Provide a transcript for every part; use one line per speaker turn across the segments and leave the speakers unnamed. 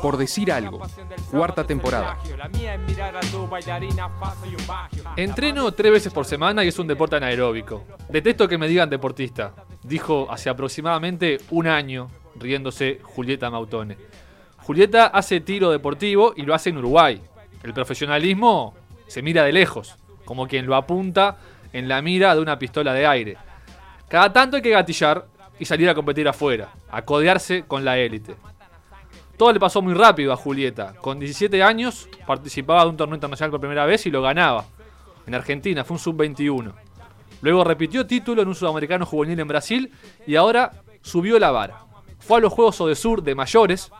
Por decir algo, cuarta temporada.
Entreno tres veces por semana y es un deporte anaeróbico. Detesto que me digan deportista, dijo hace aproximadamente un año, riéndose Julieta Mautone. Julieta hace tiro deportivo y lo hace en Uruguay. El profesionalismo se mira de lejos, como quien lo apunta en la mira de una pistola de aire. Cada tanto hay que gatillar y salir a competir afuera, a codearse con la élite. Todo le pasó muy rápido a Julieta. Con 17 años participaba de un torneo internacional por primera vez y lo ganaba. En Argentina fue un sub-21. Luego repitió título en un sudamericano juvenil en Brasil y ahora subió la vara. Fue a los Juegos Odesur de mayores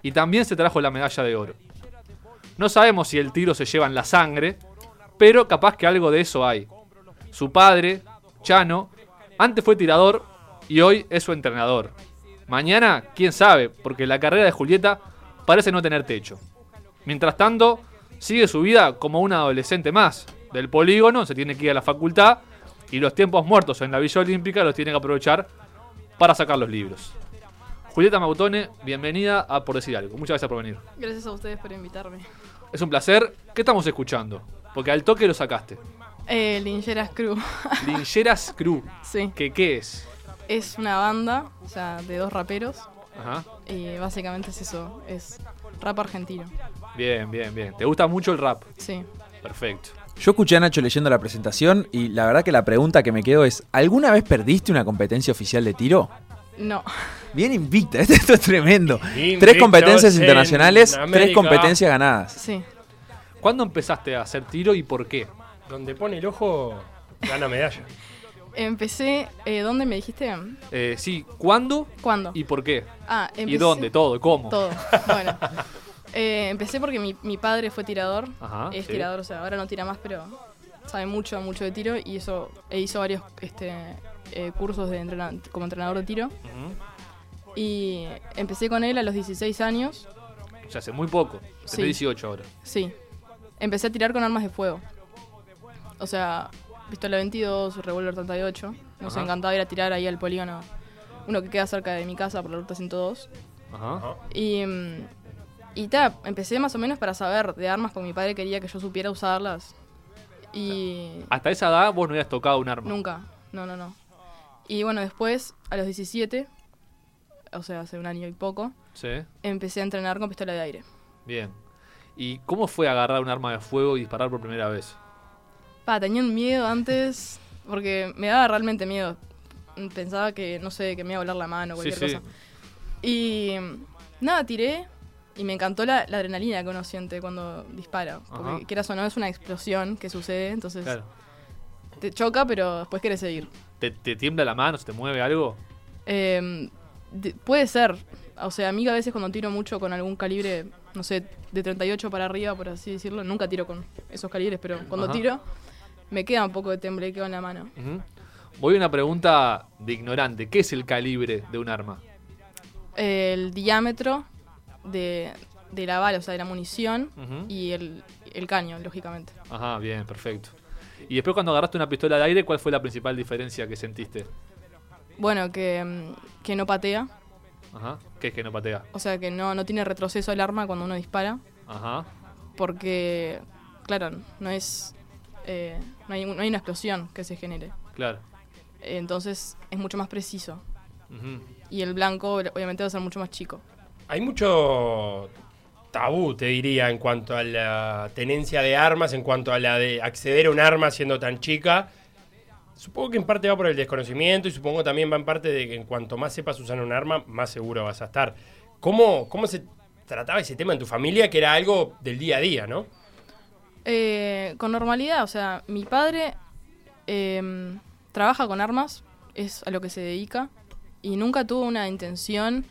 y también se trajo la medalla de oro. No sabemos si el tiro se lleva en la sangre, pero capaz que algo de eso hay. Su padre, Chano, antes fue tirador y hoy es su entrenador. Mañana, quién sabe, porque la carrera de Julieta parece no tener techo. Mientras tanto, sigue su vida como una adolescente más. Del polígono se tiene que ir a la facultad y los tiempos muertos en la Villa Olímpica los tiene que aprovechar para sacar los libros. Julieta Mautone, bienvenida a Por Decir Algo. Muchas gracias por venir.
Gracias a ustedes por invitarme.
Es un placer. ¿Qué estamos escuchando? Porque al toque lo sacaste.
Eh, Lingeras Crew.
Lincheras Crew.
sí.
¿Qué, ¿Qué es?
Es una banda, o sea, de dos raperos.
Ajá.
Y básicamente es eso, es rap argentino.
Bien, bien, bien. ¿Te gusta mucho el rap?
Sí.
Perfecto.
Yo escuché a Nacho leyendo la presentación y la verdad que la pregunta que me quedo es, ¿alguna vez perdiste una competencia oficial de tiro?
No.
Bien invicta, esto es tremendo.
Invictos
Tres competencias
en
internacionales, tres
América.
competencias ganadas.
Sí.
¿Cuándo empezaste a hacer tiro y por qué?
Donde pone el ojo, gana medalla.
Empecé, eh, ¿dónde me dijiste?
Eh, sí, ¿cuándo
¿Cuándo?
y por qué?
ah, empecé.
¿Y dónde? ¿Todo? ¿Cómo?
Todo. Bueno. Eh, empecé porque mi, mi padre fue tirador.
Ajá,
es
Ah, sí.
tirador, o sea, ahora no tira más, pero sabe mucho, mucho de tiro. Y eso, e hizo varios este, eh, cursos de entrena- como entrenador de tiro.
Ujú.
Y empecé con él a los 16 años.
O sea, hace muy poco. Tenés
Sí.
18 ahora.
Sí. Empecé a tirar con armas de fuego. O sea, pistola 22, revólver 38. Nos
Ajá.
encantaba ir a tirar ahí al polígono, uno que queda cerca de mi casa por la ruta 102.
Ajá.
Y, mm, y ta, empecé más o menos para saber de armas porque mi padre quería que yo supiera usarlas. Y
Hasta esa edad vos no habías tocado un arma.
nunca, no, no, no. Y bueno, después, a los 17, o sea, hace un año y poco,
Sí.
empecé a entrenar con pistola de aire.
Bien. ¿Y cómo fue agarrar un arma de fuego y disparar por primera vez?
Pa, tenía un miedo antes, porque me daba realmente miedo. Pensaba que, no sé, que me iba a volar la mano o cualquier cosa. Y mm, nada, tiré y me encantó la, la adrenalina que uno siente cuando dispara. Porque
Ajá.
quieras o no, es una explosión que sucede, entonces
Claro.
te choca, pero después querés seguir.
¿Te, te tiembla la mano? ¿Se te mueve algo?
Eh, de- puede ser, o sea, a mí a veces cuando tiro mucho con algún calibre, no sé, de 38 para arriba, por así decirlo, nunca tiro con esos calibres, pero cuando
Ajá.
tiro me queda un poco de temblequeo en la mano.
Ujú. Voy a una pregunta de ignorante. ¿Qué es el calibre de un arma?
el diámetro de, de la bala, o sea, de la munición
Ujú.
y el, el caño, lógicamente.
Ajá, bien, perfecto. Y después cuando agarraste una pistola de aire, ¿cuál fue la principal diferencia que sentiste?
Bueno, que, mm, que no patea,
Ajá. ¿Qué es que no patea?
o sea, que no, no tiene retroceso el arma cuando uno dispara,
Ajá.
porque, claro, no es... eh, no, hay, no hay una explosión que se genere.
Claro.
Entonces es mucho más preciso.
Ujú.
Y el blanco obviamente va a ser mucho más chico.
Hay mucho tabú, te diría, en cuanto a la tenencia de armas, en cuanto a la de acceder a un arma siendo tan chica. Supongo que en parte va por el desconocimiento y supongo también va en parte de que en cuanto más sepas usar un arma, más seguro vas a estar. ¿Cómo, cómo se trataba ese tema en tu familia, que era algo del día a día, no?
Eh, con normalidad, o sea, mi padre eh, trabaja con armas, es a lo que se dedica, y nunca tuvo una intención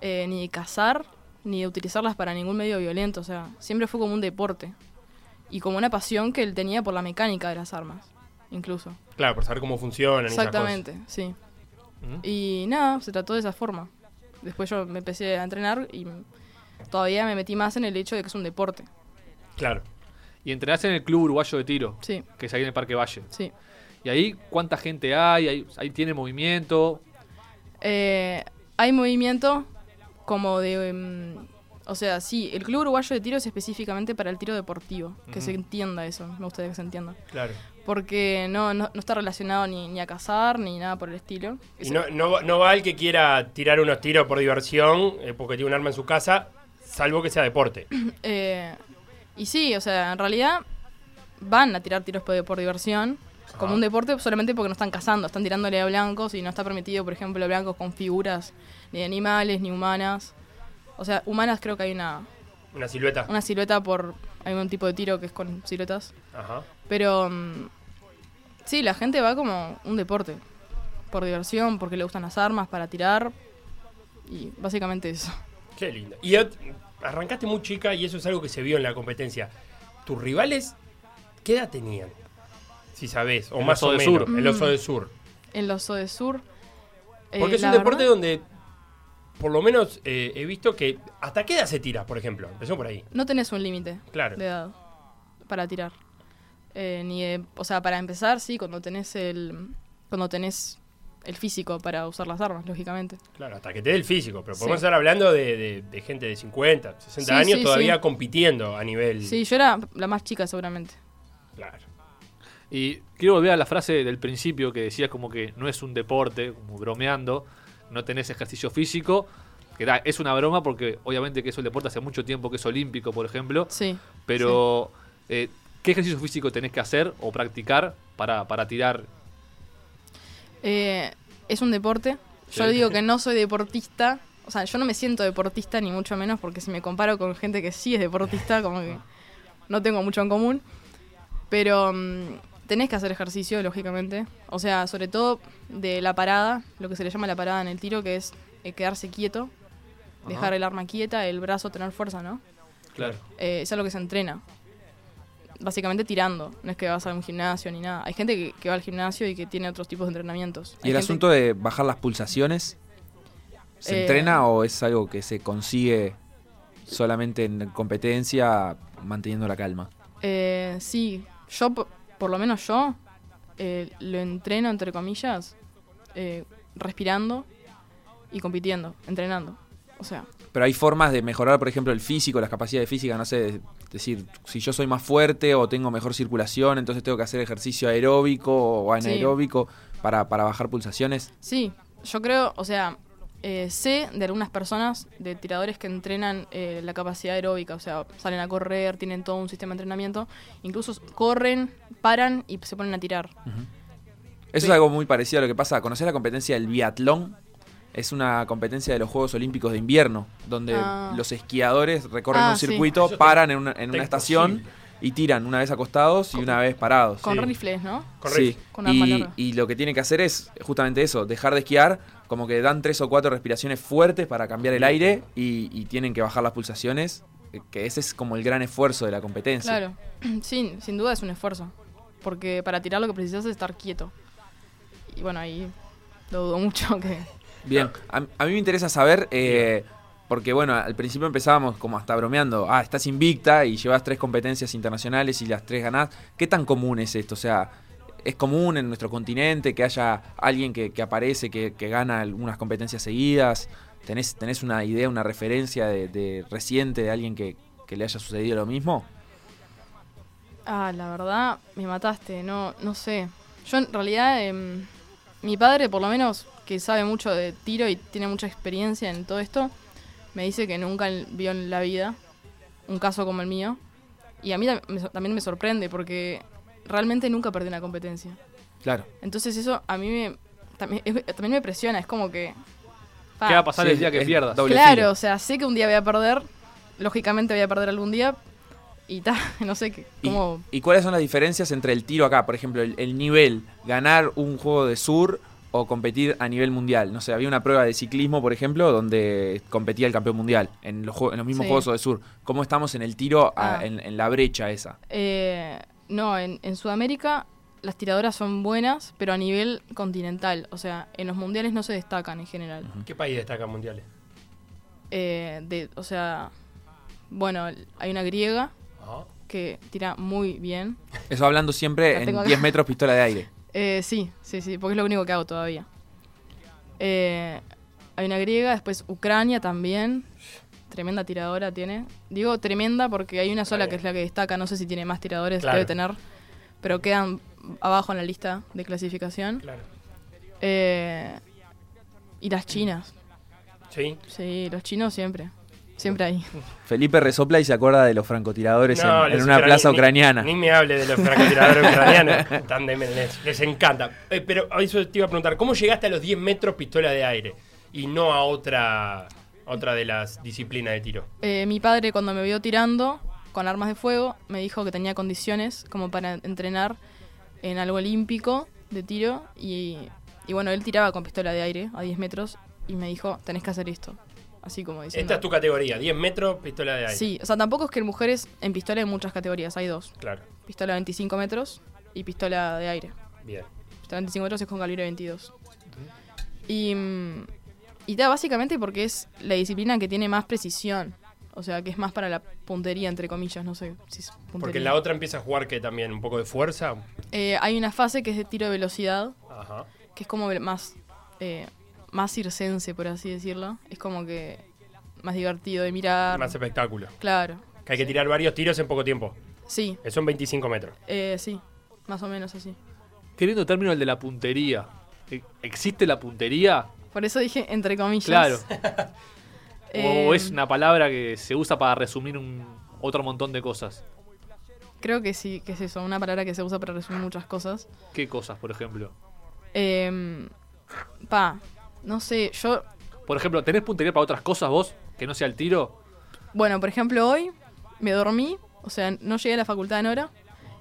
eh, ni de cazar, ni de utilizarlas para ningún medio violento, o sea, siempre fue como un deporte, y como una pasión que él tenía por la mecánica de las armas, incluso.
Claro, por saber cómo funcionan. y esas
Exactamente, sí.
Ujú.
Y nada, se trató de esa forma. Después yo me empecé a entrenar y todavía me metí más en el hecho de que es un deporte,
cosas. Claro.
Y entrenaste en el Club Uruguayo de Tiro,
sí,
que es ahí en el Parque Valle.
sí.
¿Y ahí cuánta gente hay? ¿Ahí, ahí tiene movimiento?
Eh, hay movimiento como de... em, O sea, sí, el Club Uruguayo de Tiro es específicamente para el tiro deportivo. Que se
Ujú.
entienda eso, me gustaría que se entienda.
Claro.
Porque no, no, no está relacionado ni, ni a cazar ni nada por el estilo.
Y no, no, no va el que quiera tirar unos tiros por diversión, eh, porque tiene un arma en su casa, salvo que sea deporte.
Eh, y sí, o sea, en realidad van a tirar tiros por, por diversión, como
Ajá.
un deporte, solamente porque no están cazando, están tirándole a blancos y no está permitido, por ejemplo, blancos con figuras ni de animales ni humanas. O sea, humanas creo que hay una,
Una silueta.
una silueta por algún tipo de tiro que es con siluetas.
Ajá.
Pero mm, sí, la gente va como un deporte, por diversión, porque le gustan las armas, para tirar. Y básicamente eso.
Qué lindo. Y ot- arrancaste muy chica y eso es algo que se vio en la competencia. ¿Tus rivales qué edad tenían? Si sabés, o
El
más
Oso
o
de
menos.
Sur.
El oso de sur.
En los de Sur. Mm. eh,
Porque es
la
un deporte
verdad-
donde, por lo menos, eh, he visto que hasta qué edad se tira, por ejemplo. Empezó por ahí.
No tenés un límite
Claro.
de edad para tirar. Eh, ni de- o sea, para empezar, sí, cuando tenés el cuando tenés el físico para usar las armas, lógicamente.
Claro, hasta que te dé el físico. Pero
Sí.
podemos estar hablando de, de- de gente de 50, 60
Sí,
años
sí,
todavía
sí.
compitiendo a nivel.
Sí, yo era la más chica seguramente.
Claro.
Y quiero volver a la frase del principio que decías como que no es un deporte, como bromeando, no tenés ejercicio físico, que da, es una broma porque obviamente que eso el deporte hace mucho tiempo que es olímpico, por ejemplo,
Sí.
pero eh, ¿qué ejercicio físico tenés que hacer o practicar para, para tirar?
Eh, es un deporte. Yo
Sí.
digo que no soy deportista. O sea, yo no me siento deportista ni mucho menos porque si me comparo con gente que sí es deportista, como que no tengo mucho en común. Pero mm, tenés que hacer ejercicio, lógicamente. O sea, sobre todo de la parada, lo que se le llama la parada en el tiro, que es eh, quedarse quieto, dejar el arma quieta, el brazo tener fuerza, ¿no?
Claro.
Eh, es algo que se entrena. Básicamente tirando. No es que vas a un gimnasio ni nada. Hay gente que, que va al gimnasio y que tiene otros tipos de entrenamientos.
¿Y
Hay
el
gente-
asunto de bajar las pulsaciones? ¿Se
Eh,
entrena o es algo que se consigue solamente en competencia manteniendo la calma?
Eh, sí, yo, po- por lo menos yo, eh, lo entreno, entre comillas, eh, respirando y compitiendo, entrenando. O sea,
Pero hay formas de mejorar, por ejemplo, el físico, las capacidades físicas, no sé, de- decir, si yo soy más fuerte o tengo mejor circulación, entonces tengo que hacer ejercicio aeróbico o
Sí.
anaeróbico para, para bajar pulsaciones.
sí, yo creo, o sea, eh, sé de algunas personas, de tiradores que entrenan eh, la capacidad aeróbica, o sea, salen a correr, tienen todo un sistema de entrenamiento, incluso corren, paran y se ponen a tirar.
Eso es
Sí.
algo muy parecido a lo que pasa. ¿Conocés la competencia del biatlón? Es una competencia de los Juegos Olímpicos de invierno, donde
Ah.
los esquiadores recorren
Ah,
un
sí.
circuito,
Eso está-
paran en una, en
está
una estación
imposible.
y tiran una vez acostados y una vez parados.
Con
Sí.
rifles, ¿no?
Correcto.
Sí.
Con arma
y,
larga.
y lo que tiene que hacer es justamente eso, dejar de esquiar, como que dan tres o cuatro respiraciones fuertes para cambiar el aire y, y tienen que bajar las pulsaciones, eh, que ese es como el gran esfuerzo de la competencia.
Claro, sin, sin duda es un esfuerzo. Porque para tirar lo que precisas es estar quieto. Y bueno, ahí lo dudo mucho que.
Bien, a, a mí me interesa saber, eh, porque bueno, al principio empezábamos como hasta bromeando, ah, estás invicta y llevas tres competencias internacionales y las tres ganás, ¿qué tan común es esto? O sea, ¿es común en nuestro continente que haya alguien que, que aparece, que, que gana algunas competencias seguidas? ¿Tenés, tenés una idea, una referencia de, de reciente de alguien que, que le haya sucedido lo mismo?
Ah, la verdad, me mataste, no, no sé. Yo en realidad, em, mi padre, por lo menos, que sabe mucho de tiro y tiene mucha experiencia en todo esto, me dice que nunca l- vio en la vida un caso como el mío. Y a mí tam- me so- también me sorprende porque realmente nunca perdí una competencia.
Claro.
Entonces eso a mí me, también, es- también me presiona, es como que... pa,
¿Qué va a pasar
sí,
el día que
es
pierdas?
doble
claro,
filo.
o sea, sé que un día voy a perder, lógicamente voy a perder algún día y tal, no sé qué,
¿Y,
cómo...
y cuáles son las diferencias entre el tiro acá? Por ejemplo, el, el nivel, ganar un juego de sur o competir a nivel mundial. No sé, había una prueba de ciclismo, por ejemplo, donde competía el campeón mundial en los, jue- en los mismos
Sí.
Juegos de Sur. ¿Cómo estamos en el tiro, a-
Ah.
en, en la brecha esa?
Eh, no, en, en Sudamérica las tiradoras son buenas, pero a nivel continental, o sea, en los mundiales no se destacan en general.
¿Qué país destaca en mundiales?
Eh, de, o sea, bueno, hay una griega
Ah,
Ajá.
que tira muy bien.
Eso hablando
La
siempre
tengo
en
acá.
10 metros pistola de aire.
Eh, sí, sí, sí, porque es lo único que hago todavía. Eh, hay una griega, después Ucrania también. tremenda tiradora tiene. Digo tremenda porque hay una sola
bien.
que es la que destaca, no sé si tiene más tiradores,
Claro.
debe tener, pero quedan abajo en la lista de clasificación.
Claro.
Eh, y las chinas,
Sí.
sí, los chinos siempre, siempre ahí.
Felipe resopla y se acuerda de los francotiradores en- en,
les
una
supera-
plaza
ni- ni-
ucraniana.
Ni, me hable de los francotiradores ucranianos. Están de- les, les encanta. Eh, pero a eso te iba a preguntar, ¿cómo llegaste a los 10 metros pistola de aire? Y no a otra, a otra de las disciplinas de tiro.
Eh, mi padre cuando me vio tirando con armas de fuego me dijo que tenía condiciones como para entrenar en algo olímpico de tiro y, y bueno, él tiraba con pistola de aire a 10 metros y me dijo, tenés que hacer esto. Así como diciendo.
Esta es tu categoría, 10 metros, pistola de aire.
Sí, o sea, tampoco es que en mujeres en pistola hay muchas categorías, hay dos.
Claro,
Pistola de 25 metros y pistola de aire.
bien.
Pistola de 25 metros es con calibre 22. Y, mm, y ta, básicamente porque es la disciplina que tiene más precisión. O sea, que es más para la puntería, entre comillas, no sé si es puntería.
Porque la otra empieza a jugar que también un poco de fuerza.
Eh, hay una fase que es de tiro de velocidad,
Ajá.
que es como ve- más, eh, más circense, por así decirlo. Es como que más divertido de mirar.
em-
Más espectáculo.
Claro,
Que hay que tirar varios tiros en poco tiempo.
sí,
Son 25 metros.
eh, sí, más o menos así.
Qué lindo término el de la puntería. E- ¿Existe la puntería?
Por eso dije entre comillas.
Claro.
Eh,
¿O es una palabra que se usa para resumir un, otro montón de cosas?
Creo que sí, que es eso, una palabra que se usa para resumir muchas cosas.
¿Qué cosas, por ejemplo?
Em, pa, no sé, yo,
Por ejemplo, ¿tenés puntería para otras cosas vos? Que no sea el tiro.
bueno, por ejemplo, hoy me dormí, o sea, no llegué a la facultad en hora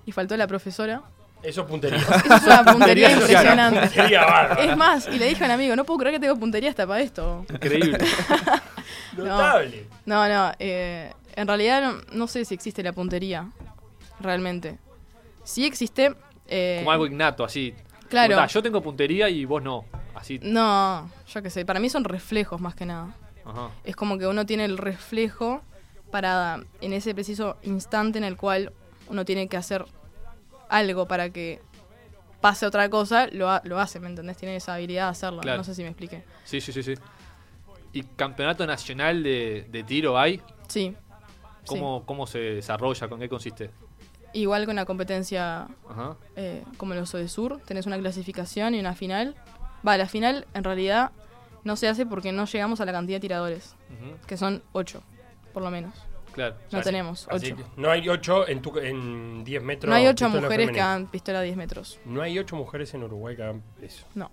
y faltó la profesora.
Eso es puntería.
Eso es una puntería impresionante.
Sería bárbaro.
Es más, y le dije a un amigo, no puedo creer que tengo puntería hasta para esto.
Increíble.
Notable.
No, no, eh, en realidad no, no sé si existe la puntería, realmente. Sí existe... eh,
Como algo innato, así.
Claro.
Como, "Ta, yo tengo puntería y vos no. Así.
No, yo qué sé, para mí son reflejos más que nada.
Ajá.
es como que uno tiene el reflejo para en ese preciso instante en el cual uno tiene que hacer algo para que pase otra cosa, lo, ha- lo hace, ¿me entendés? Tiene esa habilidad de hacerlo.
Claro.
No sé si me expliqué.
Sí, sí, sí, sí. ¿Y campeonato nacional de, de tiro hay?
Sí.
¿Cómo, ¿Cómo se desarrolla? ¿Con qué consiste?
sí. Igual con la competencia
Ajá.
eh, como los de Sur, tenés una clasificación y una final. Va, la final en realidad no se hace porque no llegamos a la cantidad de tiradores,
Ujú.
que son ocho, por lo menos.
Claro.
No tenemos
Así
ocho.
que no hay 8 en, tu, en 10 metros.
No hay ocho
pistola
mujeres que
femenina.
hagan pistola a 10 metros.
No hay 8 mujeres en Uruguay que hagan eso.
No.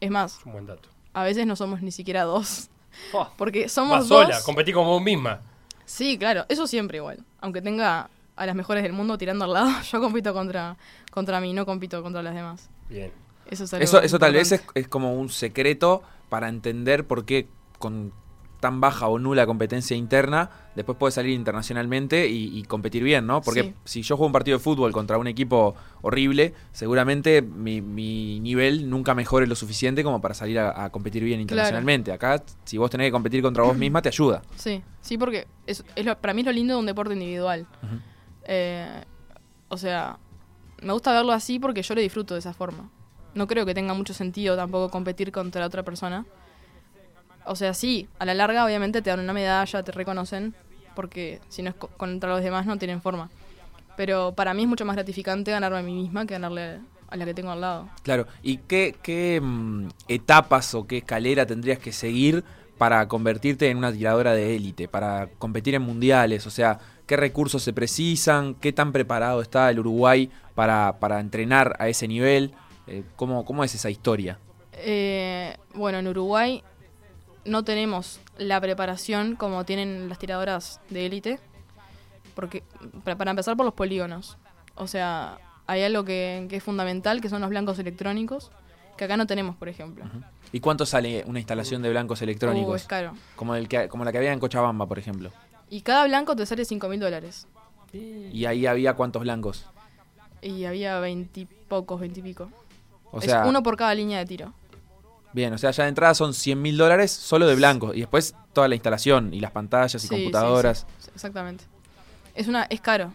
Es más,
Es un buen dato.
a veces no somos ni siquiera dos.
Oh,
Porque somos
Vas sola,
dos.
competí con vos misma.
Sí, claro, eso siempre igual. Aunque tenga a las mejores del mundo tirando al lado, yo compito contra, contra mí, no compito contra las demás.
Bien.
Eso es algo
Eso, eso tal vez es,
importante.
es como un secreto para entender por qué con tan baja o nula competencia interna, después puedes salir internacionalmente y, y competir bien, ¿no? Porque
Sí.
si yo juego un partido de fútbol contra un equipo horrible, seguramente mi, mi nivel nunca mejore lo suficiente como para salir a, a competir bien internacionalmente. Acá, si vos tenés que competir contra vos misma, te ayuda.
Sí, sí, porque es, es lo- para mí es lo lindo de un deporte individual.
Ujú.
Eh, o sea, me gusta verlo así porque yo lo disfruto de esa forma. No creo que tenga mucho sentido tampoco competir contra otra persona. O sea, sí, a la larga obviamente te dan una medalla, te reconocen, porque si no es co- contra los demás no tienen forma. Pero para mí es mucho más gratificante ganarme a mí misma que ganarle a la que tengo al lado.
Claro. ¿Y qué, qué, mm, etapas o qué escalera tendrías que seguir para convertirte en una tiradora de élite, para competir en mundiales? O sea, ¿qué recursos se precisan? ¿Qué tan preparado está el Uruguay para, para entrenar a ese nivel? Eh, ¿cómo, ¿Cómo es esa historia?
Eh, bueno, en Uruguay no tenemos la preparación como tienen las tiradoras de élite. Porque, para, para empezar por los polígonos. O sea, hay algo que, que es fundamental, que son los blancos electrónicos, que acá no tenemos, por ejemplo.
¿Y cuánto sale una instalación de blancos
Uh, es
electrónicos?
caro.
Como, el que, como la que había en Cochabamba, por ejemplo.
Y cada blanco te sale 5 mil dólares.
¿Y ahí había cuántos blancos?
Y había 20 pocos, 20 y pico.
O sea,
es uno por cada línea de tiro.
bien, o sea, ya de entrada son 100 mil dólares solo de blancos. Y después toda la instalación y las pantallas y
Sí, sí,
computadoras.
sí, sí, exactamente. Es una es caro.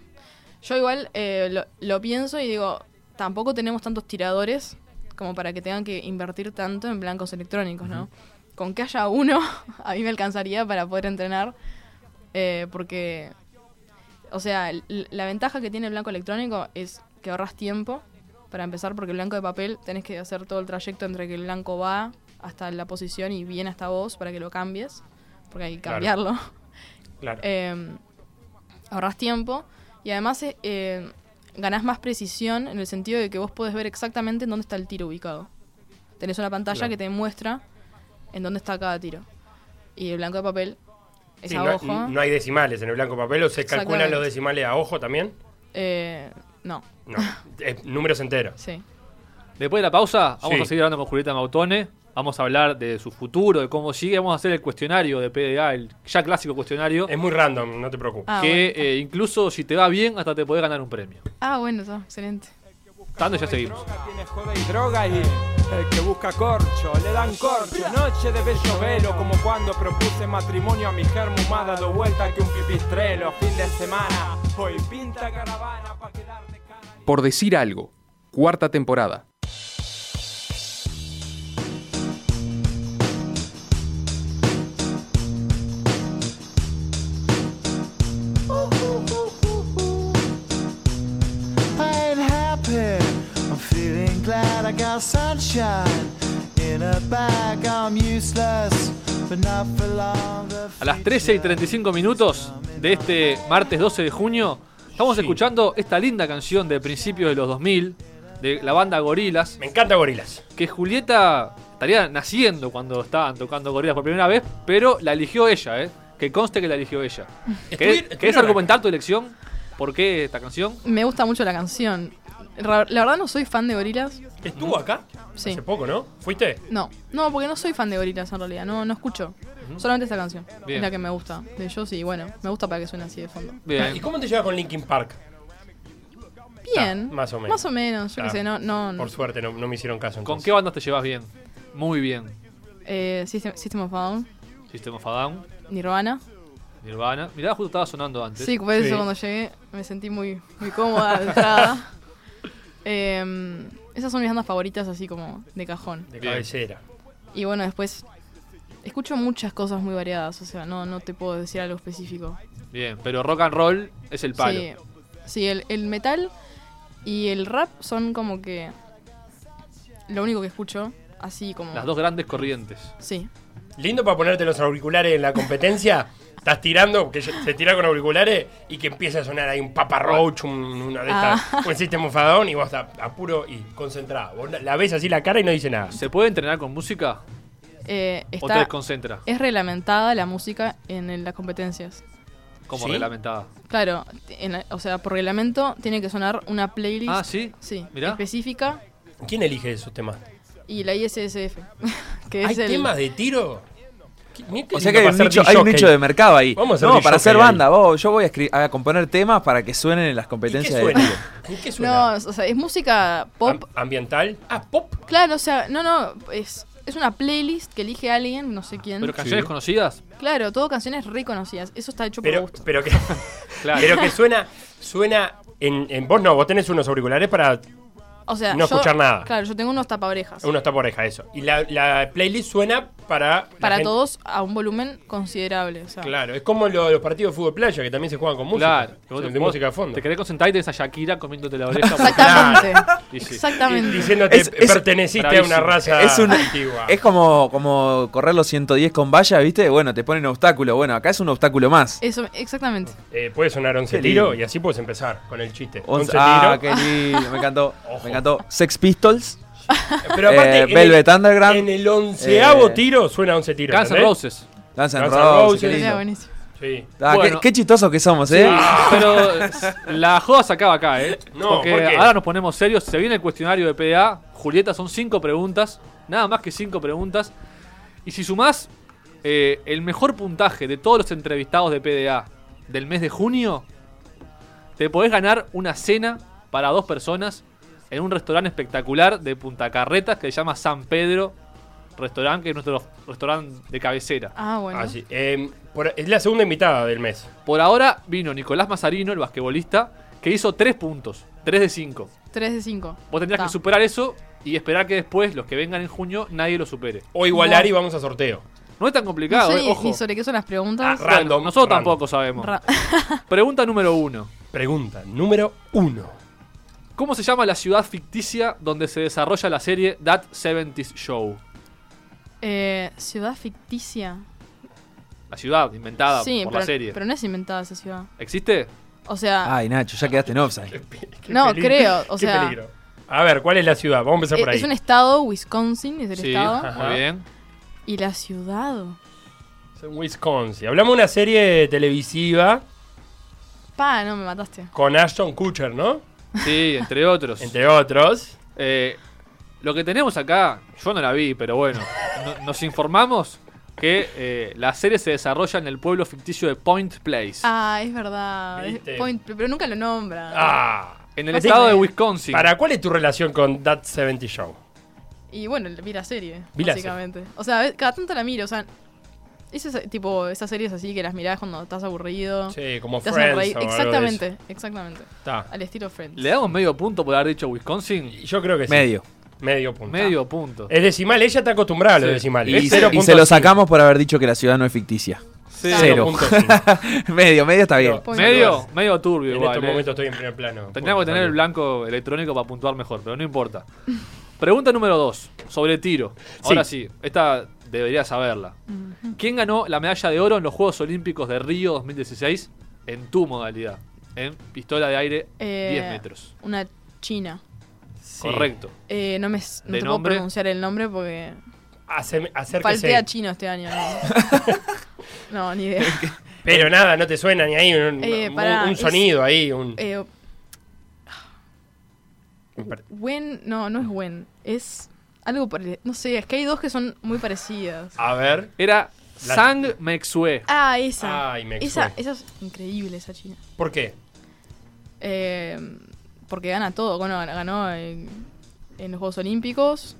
Yo igual eh, lo, lo pienso y digo, tampoco tenemos tantos tiradores como para que tengan que invertir tanto en blancos electrónicos, ¿no? Con que haya uno, a mí me alcanzaría para poder entrenar eh, porque, o sea, l- la ventaja que tiene el blanco electrónico es que ahorras tiempo, para empezar, porque el blanco de papel tenés que hacer todo el trayecto entre que el blanco va hasta la posición y viene hasta vos para que lo cambies, porque hay que
Claro.
cambiarlo.
Claro.
Eh, ahorras tiempo y además eh, eh, ganás más precisión en el sentido de que vos podés ver exactamente en dónde está el tiro ubicado. Tenés una pantalla
Claro.
que te muestra en dónde está cada tiro. Y el blanco de papel es
Sí,
a
no,
ojo.
no hay decimales en el blanco papel, o se calculan
Exactamente.
los decimales a ojo también.
Eh, no,
No, es números enteros.
sí.
Después de la pausa, vamos
Sí.
a seguir hablando con Julieta Mautone. Vamos a hablar de su futuro, de cómo sigue. Vamos a hacer el cuestionario de PDA, el ya clásico cuestionario.
Es muy random, no te preocupes.
Ah,
que
bueno.
eh, incluso si te va bien, hasta te podés ganar un premio.
Ah, bueno, está, excelente.
Tanto ya seguimos.
Droga, tiene joda y droga y el que busca corcho le dan corcho. Noche de bello velo, como cuando propuse matrimonio a mi germo más dado vuelta que un pipistrelo. Fin de semana, hoy pinta caravana pa' quedar de cara.
Por decir algo, cuarta temporada.
I ain't happy. I'm feeling glad I got sunshine in a bag. I'm useless, but not for long. The
A las 13 y 35 minutos de este martes 12 de junio, estamos escuchando esta linda canción de principios de los 2000, de la banda Gorilas,
Me encanta gorilas.
que Julieta estaría naciendo cuando estaban tocando Gorilas por primera vez, pero la eligió ella, ¿eh? Que conste que la eligió ella. ¿Querés,
Estuvi-
querés
estuvieron
argumentar tu elección? ¿Por qué esta canción?
Me gusta mucho la canción. Ra- La verdad no soy fan de gorilas.
¿Estuvo acá?
Sí.
Hace poco, ¿no? ¿Fuiste?
No, no, porque no soy fan de gorilas en realidad. No, no escucho. Solamente esta canción.
Bien.
Es la que me gusta. De ellos y bueno, me gusta para que suene así de fondo.
Ah, ¿Y
Bien.
cómo te llevas con Linkin Park?
Bien.
Ah, más o menos.
Más o menos, yo
Ah,
qué sé, no. no, no.
Por suerte, no, no me hicieron caso.
¿Con
entonces.
qué bandas te llevas bien? Muy bien.
Eh, System, System of a Down,
System of a Down,
Nirvana.
Nirvana. Mirá, justo estaba sonando antes.
Sí, por eso
Sí.
cuando llegué me sentí muy, muy cómoda de entrada. Em, esas son mis bandas favoritas, así como de cajón.
De
Bien.
cabecera.
Y bueno, después escucho muchas cosas muy variadas, o sea, no, no te puedo decir algo específico.
Bien, pero rock and roll es el palo.
Sí, sí el, el metal y el rap son como que lo único que escucho, así como...
Las dos grandes corrientes.
Sí,
Lindo para ponerte los auriculares en la competencia. Estás tirando, que se tira con auriculares y que empieza a sonar ahí un Papa Roach, un, una de estas,
Ah.
un sistema enfadón y vos estás a puro y concentrado. Vos la- la ves así la cara y no dice nada.
¿Se puede entrenar con música
eh,
o te
está...
desconcentra?
Es reglamentada la música en el- las competencias.
Como
¿Sí?
reglamentada.
Claro, en la- o sea, por reglamento tiene que sonar una playlist
Ah, ¿sí?
sí,
Mirá.
específica
¿Quién elige esos temas?
y la ISSF, que
¿Hay
es el...
temas de tiro? ¿Qué- mirá qué
O sea
lindo
que hay
para
un,
ser
nicho,
disc
hay un
jockey.
nicho de mercado ahí.
Vamos a ser
no,
disc
para hacer
jockey ahí.
banda. vos- yo voy a, escri- a componer temas para que suenen en las
¿Y qué
competencias de
suena?
tiro.
¿Y qué
No,
suena?
o sea, es música pop.
Am- ¿Ambiental? Ah, pop.
Claro, o sea, no, no, es, es una playlist que elige alguien, no sé quién.
¿Pero canciones conocidas?
Claro, todo canciones reconocidas. Eso está hecho
Pero,
por gusto.
pero que,
Claro.
pero que suena, suena en, en vos no, vos tenés unos auriculares para
O sea,
no
yo-
escuchar nada.
Claro, yo tengo unos tapaorejas.
uno está por oreja eso. Y la, la playlist suena para la
para
gente-
todos a un volumen considerable. O sea,
Claro, es como lo- los partidos de fútbol playa que también se juegan con música,
Claro.
o
Vos-
sea, de
vos
música de fondo.
Te querés concentrar y tenés a Shakira comiéndote la oreja.
Exactamente.
Y sí.
Y-
Exactamente.
Diciéndote
Es- es-
perteneciste a
bravísimo.
una raza
Es un-
antigua.
Es como, como correr los 110 con valla, ¿viste? Bueno, te ponen obstáculo. Bueno, acá es un obstáculo más.
Eso, exactamente.
Eh, puede sonar 11
Qué lindo.
tiros y así puedes empezar con el chiste. 11
Once- ah,
tiros.
qué lindo. Me encantó.
Ojo.
me encantó. Sex Pistols,
Pero aparte,
eh,
en
Velvet
el,
Underground,
en el onceavo
eh,
tiro suena 11 tiros.
Guns N'
¿entendés?
Roses.
Guns N'
Guns
Roses,
N'
qué
Roses.
Era
lindo.
buenísimo.
Sí.
Ah, qué-
Bueno.
qué, chistosos que somos, ¿eh?
Pero s- la joda se acaba acá, ¿eh?
Ah. No,
Porque
¿por qué?
ahora nos ponemos serios. Se viene el cuestionario de PDA. Julieta, son cinco preguntas. Nada más que cinco preguntas. Y si sumás eh, el mejor puntaje de todos los entrevistados de PDA del mes de junio, te podés ganar una cena para dos personas en un restaurante espectacular de Punta Carretas que se llama San Pedro Restaurante, que es nuestro restaurante de cabecera.
Ah, bueno.
Ah, sí. Eh, por- es la segunda invitada del mes.
Por ahora vino Nicolás Mazarino, el basquetbolista, que hizo 3 puntos, 3 de 5.
3 de 5.
Vos tendrías
Ta.
que superar eso y esperar que después, los que vengan en junio, nadie lo supere.
O igualar y vamos a sorteo.
No es tan complicado,
no sé
eh,
ni-
ojo.
ni sobre qué son las preguntas.
Ah, Random,
Nosotros
random.
tampoco sabemos.
Ra-
Pregunta número uno.
Pregunta número uno.
¿Cómo se llama la ciudad ficticia donde se desarrolla la serie That 70s Show?
Eh, ciudad ficticia.
La ciudad inventada
sí,
por
pero,
la serie.
pero no es inventada esa ciudad.
¿Existe?
O
Ah,
sea,
Ay, Nacho, ya quedaste en offside.
Qué
No,
peligro,
creo, o
qué
sea-
peligro. A ver, ¿cuál es la ciudad? Vamos a empezar
e-
por ahí.
es un estado, Wisconsin es el
Sí,
estado.
Ajá.
muy bien.
Y la ciudad.
Es en Wisconsin. Hablamos de una serie televisiva
Pa, no me mataste.
con Ashton Kutcher, ¿no?
Sí, entre otros.
Entre otros.
Eh, lo que tenemos acá, yo no la vi, pero bueno, no- nos informamos que eh, la serie se desarrolla en el pueblo ficticio de Point Place,
Ah, es verdad. es
¿Viste?
point- pero nunca lo nombra.
Ah.
en el
no
estado
sé.
de Wisconsin.
¿Para cuál es tu relación con That 70 Show?
Y bueno, vi la serie,
Vi la
básicamente. O sea, ve- cada tanto la miro, o sea. Es esa- tipo, esas series así que las mirás cuando estás aburrido.
Sí, como
te
Friends.
hacen reír.
o algo de eso.
Exactamente, exactamente.
Está.
Al estilo Friends.
¿Le damos medio punto por haber dicho Wisconsin?
Yo creo que sí. Eh,
Medio.
Medio punto.
Medio punto.
Es decimal, ella está acostumbrada a los
Sí.
decimales.
Y,
Es
se,
0.5.
y se lo sacamos por haber dicho que la ciudad no es ficticia.
Sí.
Cero.
0.5.
medio, medio está bien.
Point
Medio,
Place.
medio turbio
En
igual.
estos
eh.
momentos estoy en primer plano.
Tendríamos que tener el blanco electrónico para puntuar mejor, pero no importa. Pregunta número 2, sobre tiro. Ahora sí, esta debería saberla. ¿Quién ganó la medalla de oro en los Juegos Olímpicos de Río 2016 en tu modalidad? En pistola de aire
Eh,
10 metros.
Una china.
Correcto.
Eh, no me s- no
¿De
te
nombre?
puedo pronunciar el nombre porque
Haceme-
falté
acérquese.
a chino este año. No, No, ni idea.
Pero nada, no te suena ni ahí un,
Eh,
un-
pará,
un
es-
sonido ahí. Un,
Eh, Wen, no, no es Wen. Es algo por el- No sé, es que hay dos que son muy parecidas.
a ver.
Era
La-
Sang Mexue.
Ah, esa.
Ay, me
esa,
exue-
esa es increíble, esa china.
¿Por qué?
Eh, porque gana todo. Bueno, gan- ganó en, en los Juegos Olímpicos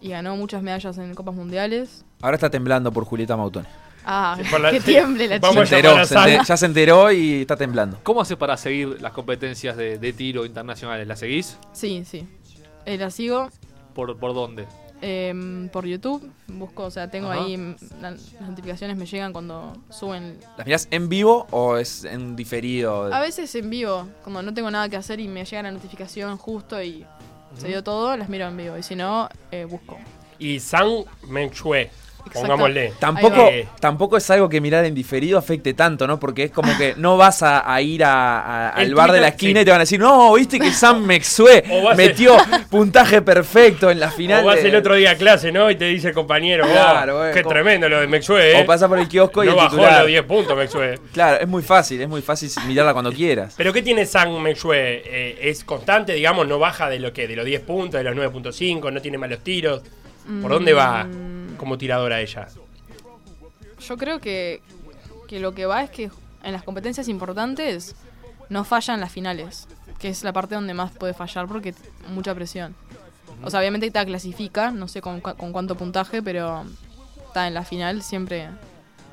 y ganó muchas medallas en Copas Mundiales.
Ahora está temblando por Julieta Mautón.
Ah,
Sí, por la-
que tiemble la
Se
Vamos
chica.
a llamar
enteró,
a
se
Sal.
enter- ya se enteró y está temblando.
¿Cómo haces para seguir las competencias de, de tiro internacionales? ¿Las seguís?
Sí, sí. Eh, la sigo
¿Por, por dónde?
eh, por YouTube. Busco, o sea, tengo
Ajá.
ahí mm, la- las notificaciones me llegan cuando suben.
¿Las mirás en vivo o es en diferido?
A veces en vivo, cuando no tengo nada que hacer y me llega la notificación justo y se dio todo, las miro en vivo. Y si no, eh, busco.
Y San Menchue, pongámosle.
Tampoco,
Ahí va.
tampoco es algo que mirar en diferido afecte tanto, ¿no? Porque es como que no vas a, a ir a- a-
El
al bar de la
Twitter,
esquina
Ah. sí.
y te van a decir, no, viste que Sam Mexue
O vas a-
metió puntaje perfecto en la final.
o vas
de-
el otro día a clase, ¿no? Y te dice el compañero, oh,
Claro, eh,
qué
como-
tremendo lo de Menchue, ¿eh?
O pasa por el kiosco y
no
el
bajó
titular.
los 10 puntos, Menchue.
Claro, es muy fácil, es muy fácil mirarla cuando quieras.
¿Pero qué tiene San Menchue? Eh, ¿Es constante, digamos? ¿No baja de lo que? ¿De los 10 puntos, de los 9.5? ¿No tiene malos tiros? ¿Por dónde va como tiradora ella?
Yo creo que, que lo que va es que en las competencias importantes no fallan las finales, que es la parte donde más puede fallar porque t- mucha presión. O sea, obviamente te clasifica, no sé con, cua- con cuánto puntaje, pero está en la final siempre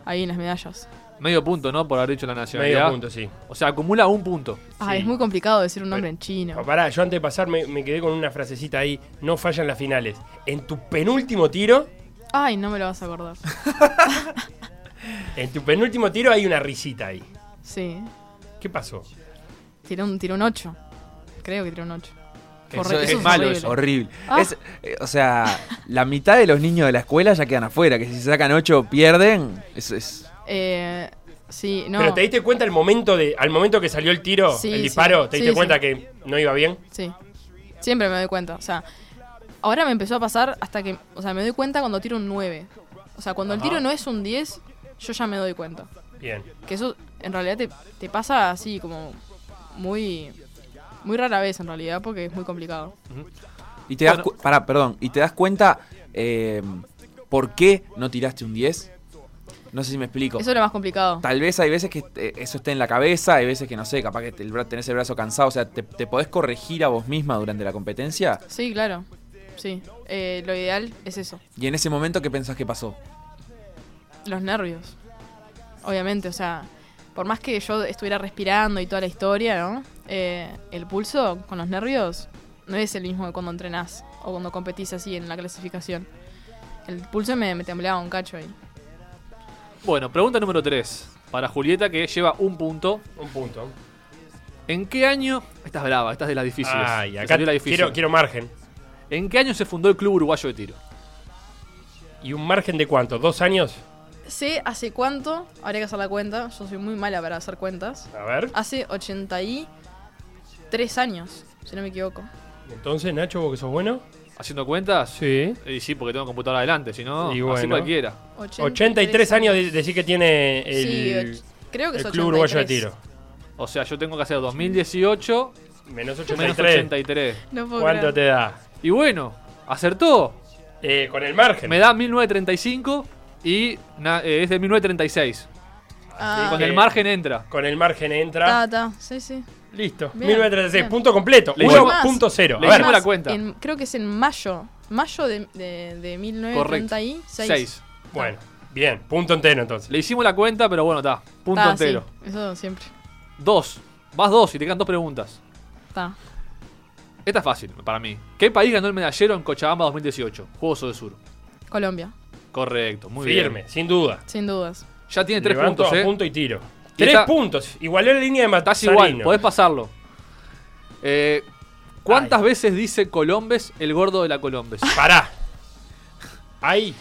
ahí en las medallas.
Medio punto, ¿no? Por haber dicho la nacionalidad.
Medio punto, sí.
O sea, acumula un punto.
Ah,
Sí.
es muy complicado decir un nombre en
No,
chino.
pará, yo antes de pasar me, me quedé con una frasecita ahí. No fallan las finales. En tu penúltimo tiro,
Ay, no me lo vas a acordar.
en tu penúltimo tiro hay una risita ahí.
Sí.
¿Qué pasó?
Tiró un, tiró un 8. Creo que tiró un 8.
Eso
Horri-
es
eso es
malo
horrible.
eso.
Horrible.
Ah.
Es, eh, o sea, la mitad de los niños de la escuela ya quedan afuera, que si se sacan ocho pierden. Es, es-
Eh, sí, no.
Pero te diste cuenta al momento de, al momento que salió el tiro,
Sí,
el
sí.
disparo, te
Sí,
diste
sí.
cuenta que no iba bien.
Sí. Siempre me doy cuenta. O sea, ahora me empezó a pasar hasta que. O sea, me doy cuenta cuando tiro un 9. O sea, cuando
Ajá.
el tiro no es un 10, yo ya me doy cuenta.
Bien.
Que eso en realidad te, te pasa así, como muy. Muy rara vez en realidad, porque es muy complicado.
y te das
Bueno.
cu- pará, perdón, y te das cuenta eh, por qué no tiraste un 10. No sé si me explico.
Eso es lo más complicado.
Tal vez hay veces que eh, eso esté en la cabeza, hay veces que no sé, capaz que te- el bra- tenés el brazo cansado, o sea, te, te podés corregir a vos misma durante la competencia
Sí, claro. Sí. Eh, lo ideal es eso.
y en ese momento qué pensás que pasó.
Los nervios. Obviamente, o sea, por más que yo estuviera respirando y toda la historia, ¿no? Eh, el pulso con los nervios no es el mismo que cuando entrenás o cuando competís así en la clasificación. El pulso me, me temblaba un cacho ahí.
Bueno, pregunta número 3. Para Julieta, que lleva un punto.
Un punto.
¿En qué año. Estás brava, estás de las difíciles.
Ay,
Te
acá
salió la difícil.
quiero, quiero margen.
¿En qué año se fundó el Club Uruguayo de Tiro?
¿Y un margen de cuánto? ¿Dos años?
Sé hace cuánto, habría que hacer la cuenta, yo soy muy mala para hacer cuentas.
A ver.
Hace 83 años, si no me equivoco.
Entonces, Nacho, vos que sos bueno.
¿Haciendo cuentas?
Sí.
Y sí, porque tengo computadora adelante, si no,
Y
así
bueno.
cualquiera.
83 años de- decir que tiene
Sí,
el,
och- creo que
el
es
Club Uruguayo de
83.
Tiro.
O sea, yo tengo que hacer 2018
Menos
menos
83.
83.
No puedo
¿Cuánto
creer.
te da?
Y bueno, acertó.
Eh, con el margen.
Me da 1935 y na- eh, es de 1936.
Ah,
Con
Sí.
el margen entra.
Con el margen entra.
ta, ta, sí, sí.
Listo.
Bien,
1936.
bien.
Punto completo.
Le
hicimos-
1.0.
le
A ver.
hicimos la cuenta.
en- creo que es en mayo, mayo de, de, de 1936.
6.
Bueno, bien. Punto entero entonces.
Le hicimos la cuenta, pero bueno, está. Punto
Ta, sí,
entero.
eso siempre.
2. Vas 2 y te quedan dos preguntas.
Ta.
Esta es fácil para mí. ¿Qué país ganó el medallero en Cochabamba 2018? Juegos del Sur.
Colombia,
Correcto, muy
Firme,
bien.
sin duda.
sin dudas.
Ya tiene 3
Levanto
puntos,
a
¿eh?
punto y tiro.
Y
Tres
está-
puntos. Igualó la línea de
Estás
Matasarino.
igual, podés pasarlo. Eh, ¿Cuántas veces dice Colombes el gordo de la Colombes?
Ah,
Pará. Ahí.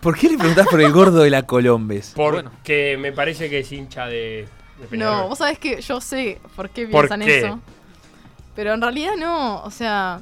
¿Por qué le preguntás por el gordo de la Colombes?
Porque me parece que es hincha de, de Peñarol.
No, vos sabés que yo sé por qué
¿Por
piensan
qué?
eso. Pero en realidad no, o sea.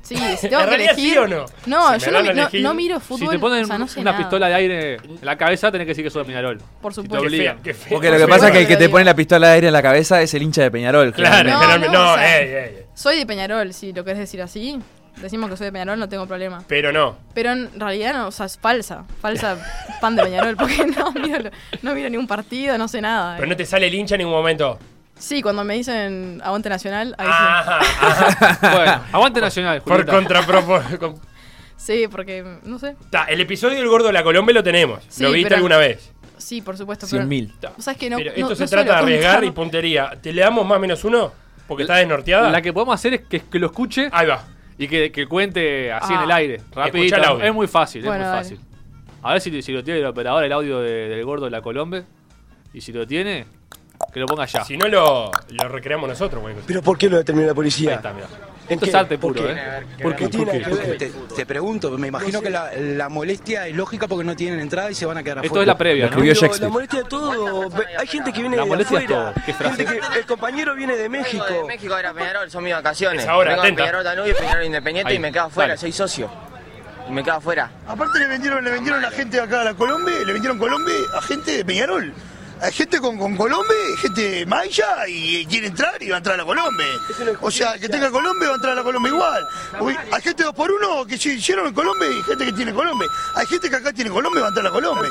Sí, si
¿En
tengo que
realidad sí
elegir.
o no?
No,
Si me
yo no,
dan a
mi- no-
elegir,
no miro
si
fútbol.
te ponen
o sea, no sé
una
nada.
pistola de aire en la cabeza, tenés que decir que sos de Peñarol.
Por
Si te
supuesto.
Qué
obligan.
fea, qué fea.
Porque lo que pasa es que el que te pone la pistola de aire en la cabeza es el hincha de Peñarol.
Claro,
No,
generalmente- no, eh,
no, o sea-
ey, ey, ey.
Soy de Peñarol, si lo querés decir así. Decimos que soy de Peñarol, no tengo problema.
Pero no.
Pero en realidad no, o sea, es falsa. Falsa pan de Peñarol, porque no miro, lo- no miro ningún partido, no sé nada.
Pero no te sale el hincha en ningún momento.
Sí, cuando me dicen aguante nacional, ahí sí.
Ajá, ajá.
Bueno, aguante nacional,
Por
Julieta.
contrapropo.
Sí, porque, no sé.
Ta, el episodio del gordo de la Colombia lo tenemos.
Sí,
lo viste
pero-
alguna vez.
Sí, por supuesto. pero-
100 mil.
Ta.
Vos sabés que no-
Pero
no-
esto
no
se
suelo
trata de arriesgar
contar.
y puntería. ¿Te le damos más menos uno? Porque está desnorteada.
La que podemos hacer es que, que lo escuche
Ahí va.
y que, que cuente así
Ah.
en el aire. Rapidito.
Escucha el audio.
Es muy fácil,
Bueno,
es muy
dale.
fácil. A ver si, si lo tiene el operador, el audio de- del gordo de la Colombia. Y si lo tiene, que lo ponga ya.
Si no lo, lo recreamos nosotros, güey.
¿Pero por qué lo determinó la
Ahí
policía?
está, mirá.
¿En
Esto
qué?
es arte
¿Por
puro,
qué?
¿eh?
¿Por qué tiene que ver?
Te, te pregunto, me imagino que la, la molestia es lógica porque no tienen entrada y se van a quedar
Esto
afuera.
es la previa, ¿no?
escribió
Pero
Shakespeare.
La molestia de todo. ve- Hay gente que viene
La
de
molestia es
afuera.
todo. Qué frase.
Gente que el compañero viene de
Vengo de
México.
México era Peñarol, son mis vacaciones.
Es ahora,
Vengo
atenta.
de Peñarol Danubio, Peñarol Independiente
Ahí,
y me quedo afuera,
dale.
soy socio. Y me quedo afuera.
Aparte le vendieron, le vendieron a gente de acá a la Colombia, le vendieron Colombia a gente de Peñarol. Hay gente con, con Colombia, gente maya y eh, quiere entrar y va a entrar a la Colombia. O sea, que tenga Colombia va a entrar a la Colombia igual. Uy, hay gente dos por uno que se hicieron en Colombia y gente que tiene Colombia. Hay gente que acá tiene Colombia y va a entrar a la Colombia.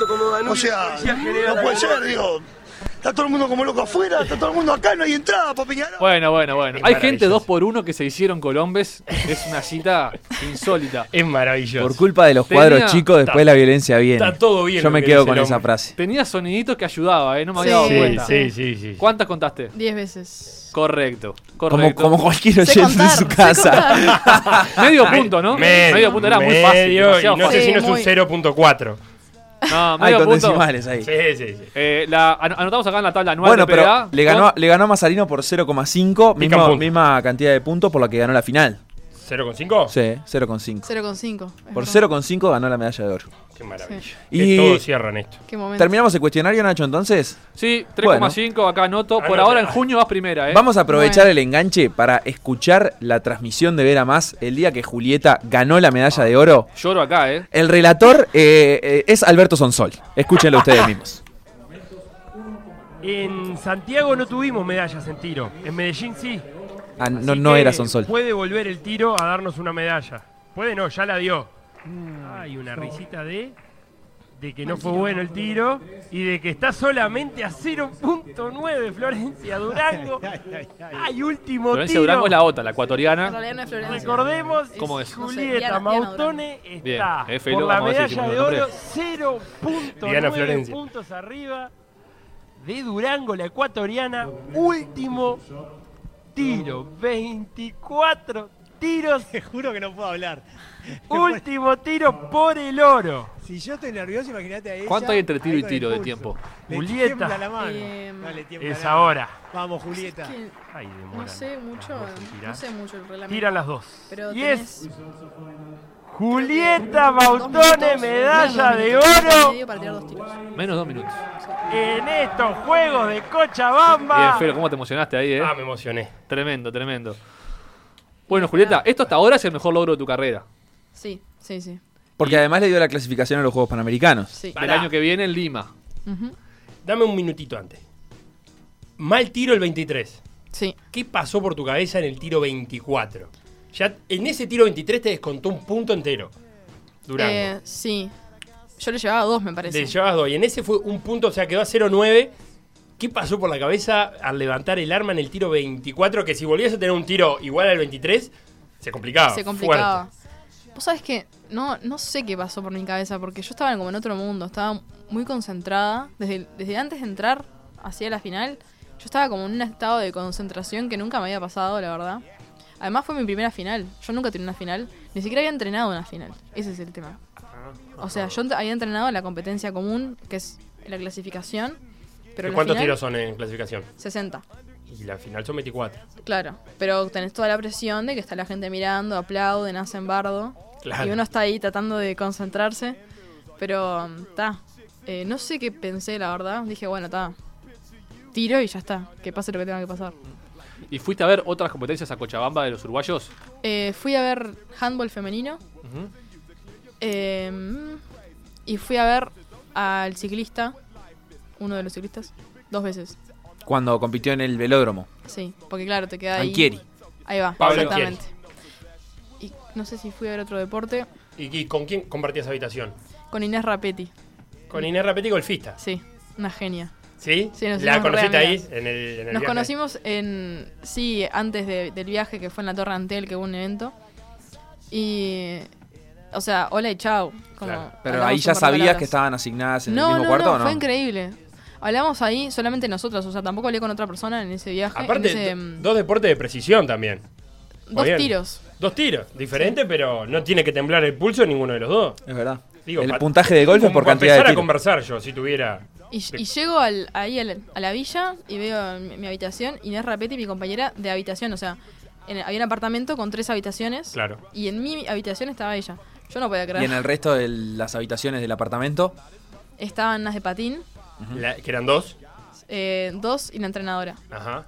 O sea, no puede ser, digo. Está todo el mundo como loco afuera, está todo el mundo acá, no hay entrada para Peñarol.
Bueno, bueno, bueno.
Es
Hay gente
maravilloso.
2 por 1 que se hicieron colombes. Es una cita insólita.
Es maravilloso.
Por culpa de los
Tenía-
cuadros chicos, después la violencia viene.
está todo bien
Yo
lo
me
que
quedo
dice
con
el
esa
hombre.
frase.
Tenía soniditos que ayudaba, ¿eh? No me había
Sí.
dado
Sí,
cuenta.
Sí, sí, sí. sí.
¿Cuántas contaste?
Diez veces.
Correcto,
Como,
correcto.
como cualquier
Sé
oyente
contar,
en su
sé
casa.
contar.
Medio punto, ¿no?
Medio,
punto, era muy fácil.
medio,
demasiado
y no sé
fácil.
si no es
Sí,
un
muy-
0.4.
No,
Ay,
medio
con
punto.
decimales ahí.
Sí, sí, sí.
Eh, la- an- anotamos acá en la tabla anual
Bueno,
de PDA.
pero le ganó,
con-
le ganó a Mazarino por 0,5, misma,
Pica punto.
misma cantidad de puntos por la que ganó la final.
¿0.5?
Sí, 0,5.
0,5. es
Por
verdad.
0,5 ganó la medalla de oro.
Qué maravilla.
Sí.
Que
Y-
todos cierran esto.
Qué momento.
¿Terminamos el cuestionario, Nacho, entonces?
Sí, 3,5 acá anoto. Por
Anota.
ahora en junio vas primera, ¿eh?
Vamos a aprovechar
Bueno.
el enganche para escuchar la transmisión de Vera Más el día que Julieta ganó la medalla de oro.
Lloro acá, ¿eh?
El relator eh, eh, es Alberto Sonsol. Escúchenlo ustedes mismos.
En Santiago no tuvimos medallas en tiro, en Medellín sí.
Ah, no,
Así
no
que
era Sonsol.
Puede volver el tiro a darnos una medalla. Puede no, ya la dio. Hay una risita de de que no fue bueno el tiro y de que está solamente a 0.9 Florencia Durango. Hay último
Florencia
tiro.
Durango es la otra, la
En
ecuatoriana.
realidad no es Florencia.
Recordemos,
¿Cómo es?
No sé,
Julieta
Diana- Diana
Mautone está
Bien, F, lo
por la
vamos a decir,
medalla de
como el
oro,
nombre.
0.9
Florencia.
puntos arriba de Durango, la ecuatoriana, último tiro, 24 tiros,
Te juro que no puedo hablar.
último tiro por el oro.
Si yo estoy nervioso, imagínate a ella.
¿Cuánto hay entre tiro
ahí
y
con
tiro
el
de
pulso.
tiempo?
Le
Julieta.
tiembla la mano.
Eh,
Dale, tiembla
es
la mano.
ahora.
Vamos, Julieta.
que
Ay, demora.
No sé mucho, no
tirás.
sé mucho el reglamento.
Tiran las dos.
Pero
Y es-
tenés
Julieta
dos
Bautone,
minutos,
medalla
menos
de
dos minutos y
oro
medio para tirar dos tiros.
Menos dos minutos.
en estos Juegos de
Bien,
Ah.
Cochabamba.
Felo, ¿cómo te emocionaste ahí, eh?
Ah, me emocioné.
Tremendo, tremendo. Bueno, Julieta, esto hasta ahora es el mejor logro de tu carrera.
Sí, sí, sí.
Porque además le dio la clasificación a los Juegos Panamericanos.
sí.
Del año que viene en Lima.
Ujú.
Dame un minutito antes. Mal tiro el 23.
Sí.
¿Qué pasó por tu cabeza en el tiro 24? Ya en ese tiro 23 te descontó un punto entero. Durango.
Eh, sí. Yo le llevaba dos, me parece.
Le llevabas dos. Y en ese fue un punto, o sea, quedó a 0-9. ¿Qué pasó por la cabeza al levantar el arma en el tiro 24? Que si volvías a tener un tiro igual al 23, se complicaba.
se complicaba.
fuerte.
Vos sabés que no, no sé qué pasó por mi cabeza, porque yo estaba como en otro mundo, estaba muy concentrada. Desde, desde antes de entrar hacia la final, yo estaba como en un estado de concentración que nunca me había pasado, la verdad. Además fue mi primera final, yo nunca tenía una final, ni siquiera había entrenado una final, ese es el tema.
Ah.
O sea, yo ent- había entrenado la competencia común, que es la clasificación, pero la
¿Cuántos
final,
tiros son en clasificación?
60.
Y la final son 24.
Claro, pero tenés toda la presión de que está la gente mirando, aplauden, hacen bardo.
Claro.
Y uno está ahí tratando de concentrarse. Pero, está. no sé qué pensé, la verdad. Dije, bueno, está. Tiro y ya está. Que pase lo que tenga que pasar.
¿Y fuiste a ver otras competencias a Cochabamba de los uruguayos?
Eh, fui a ver handball femenino. eh, y fui a ver al ciclista. Uno de los ciclistas. Dos veces.
Cuando compitió en el velódromo.
Sí, porque claro, te queda ahí.
Anchieri.
Ahí va,
Pablo
exactamente. Y no sé si fui a ver otro deporte.
¿Y, y con quién compartías habitación?
Con Inés Rapetti.
Con Inés Rapetti, golfista.
Sí, una genia.
¿Sí?
Sí, nos
¿La
hicimos
conociste
re
ahí?
amigas.
En el, en el
Nos
viaje?
conocimos en. Sí, antes de- del viaje que fue en la Torre Antel, que hubo un evento. Y. O sea, hola y chao. Como
Claro. Pero
hablamos
ahí ya
súper
sabías
baratas.
que estaban asignadas en
no,
el mismo
no,
cuarto
no,
o no.
fue increíble. Hablamos ahí solamente nosotros, o sea, tampoco hablé con otra persona en ese viaje. en
Aparte,
ese,
do-
mm,
dos deportes de precisión también.
dos
Bien.
tiros.
Dos tiros, diferente, pero no tiene que temblar el pulso ninguno de los dos.
Es verdad.
Digo,
el
pa-
puntaje de golf es
como
por
pa
cantidad de
empezar a
tiros.
conversar yo, si tuviera.
Y, y llego al- ahí a la, a la villa y veo mi, mi habitación, Inés Rapetti, mi compañera de habitación, o sea, en- había un apartamento con tres habitaciones
Claro.
y en mi habitación estaba ella. Yo no podía creer.
Y en el resto de las habitaciones del apartamento.
Estaban las de patín,
La- que eran dos.
eh, dos y la entrenadora.
Ajá.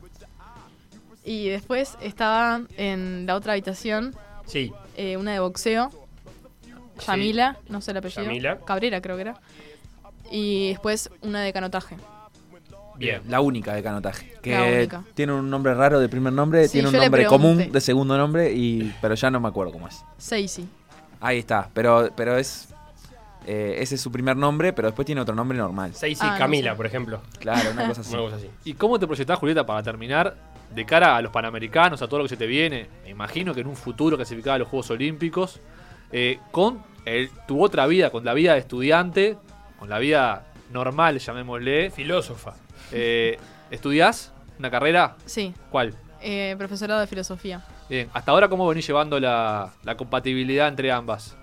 Y después estaba en la otra habitación
Sí.
eh, una de boxeo,
Sí.
Yamila, no sé el apellido.
Yamila.
Cabrera creo que era. Y después una de canotaje.
Bien.
La única de canotaje. Que
La única.
tiene un nombre raro de primer nombre,
Sí,
tiene un
yo le
nombre
pregunté.
común de segundo nombre, y pero ya no me acuerdo cómo es.
Seisi.
Ahí está, pero, pero es. eh, ese es su primer nombre, pero después tiene otro nombre normal.
Seis y Camila, por ejemplo.
Claro, una cosa así.
Una cosa así.
¿Y cómo te proyectás, Julieta, para terminar de cara a los panamericanos, a todo lo que se te viene? Me imagino que en un futuro clasificada a los Juegos Olímpicos, eh, con el- tu otra vida, con la vida de estudiante, con la vida normal, llamémosle.
Filósofa.
Eh, ¿Estudias una carrera?
Sí,
¿Cuál?
eh, profesorado de filosofía.
Bien, hasta ahora, ¿cómo venís llevando la, la compatibilidad entre ambas?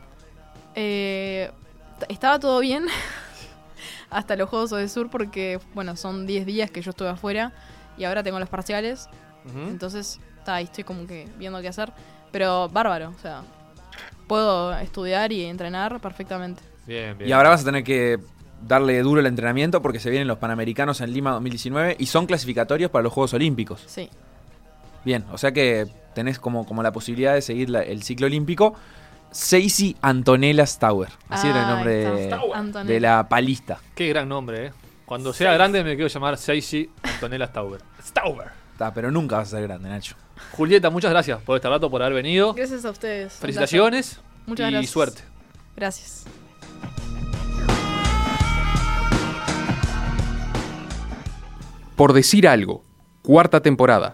Eh, t- estaba todo bien hasta los Juegos del Sur porque, bueno, son 10 días que yo estuve afuera y ahora tengo los parciales.
Ujú.
Entonces, está ahí estoy como que viendo qué hacer. Pero bárbaro, o sea, puedo estudiar y entrenar perfectamente.
Bien, bien.
Y ahora vas a tener que darle duro el entrenamiento porque se vienen los Panamericanos en Lima 2019 y son clasificatorios para los Juegos Olímpicos.
Sí.
Bien, o sea que tenés como, como la posibilidad de seguir la- el ciclo olímpico. Seisi Antonella Stauer. Así era el
Ah,
nombre
ahí
de,
está. Antonella.
de la palista.
Qué gran nombre, ¿eh? Cuando sea grande me quiero llamar Seiji Antonella Stauber.
Stauber.
Está, pero nunca vas a ser grande, Nacho.
Julieta, muchas gracias por este rato, por haber venido.
Gracias a ustedes. un
Felicitaciones
placer. Muchas
y
gracias.
suerte.
Gracias.
Por decir algo, cuarta temporada.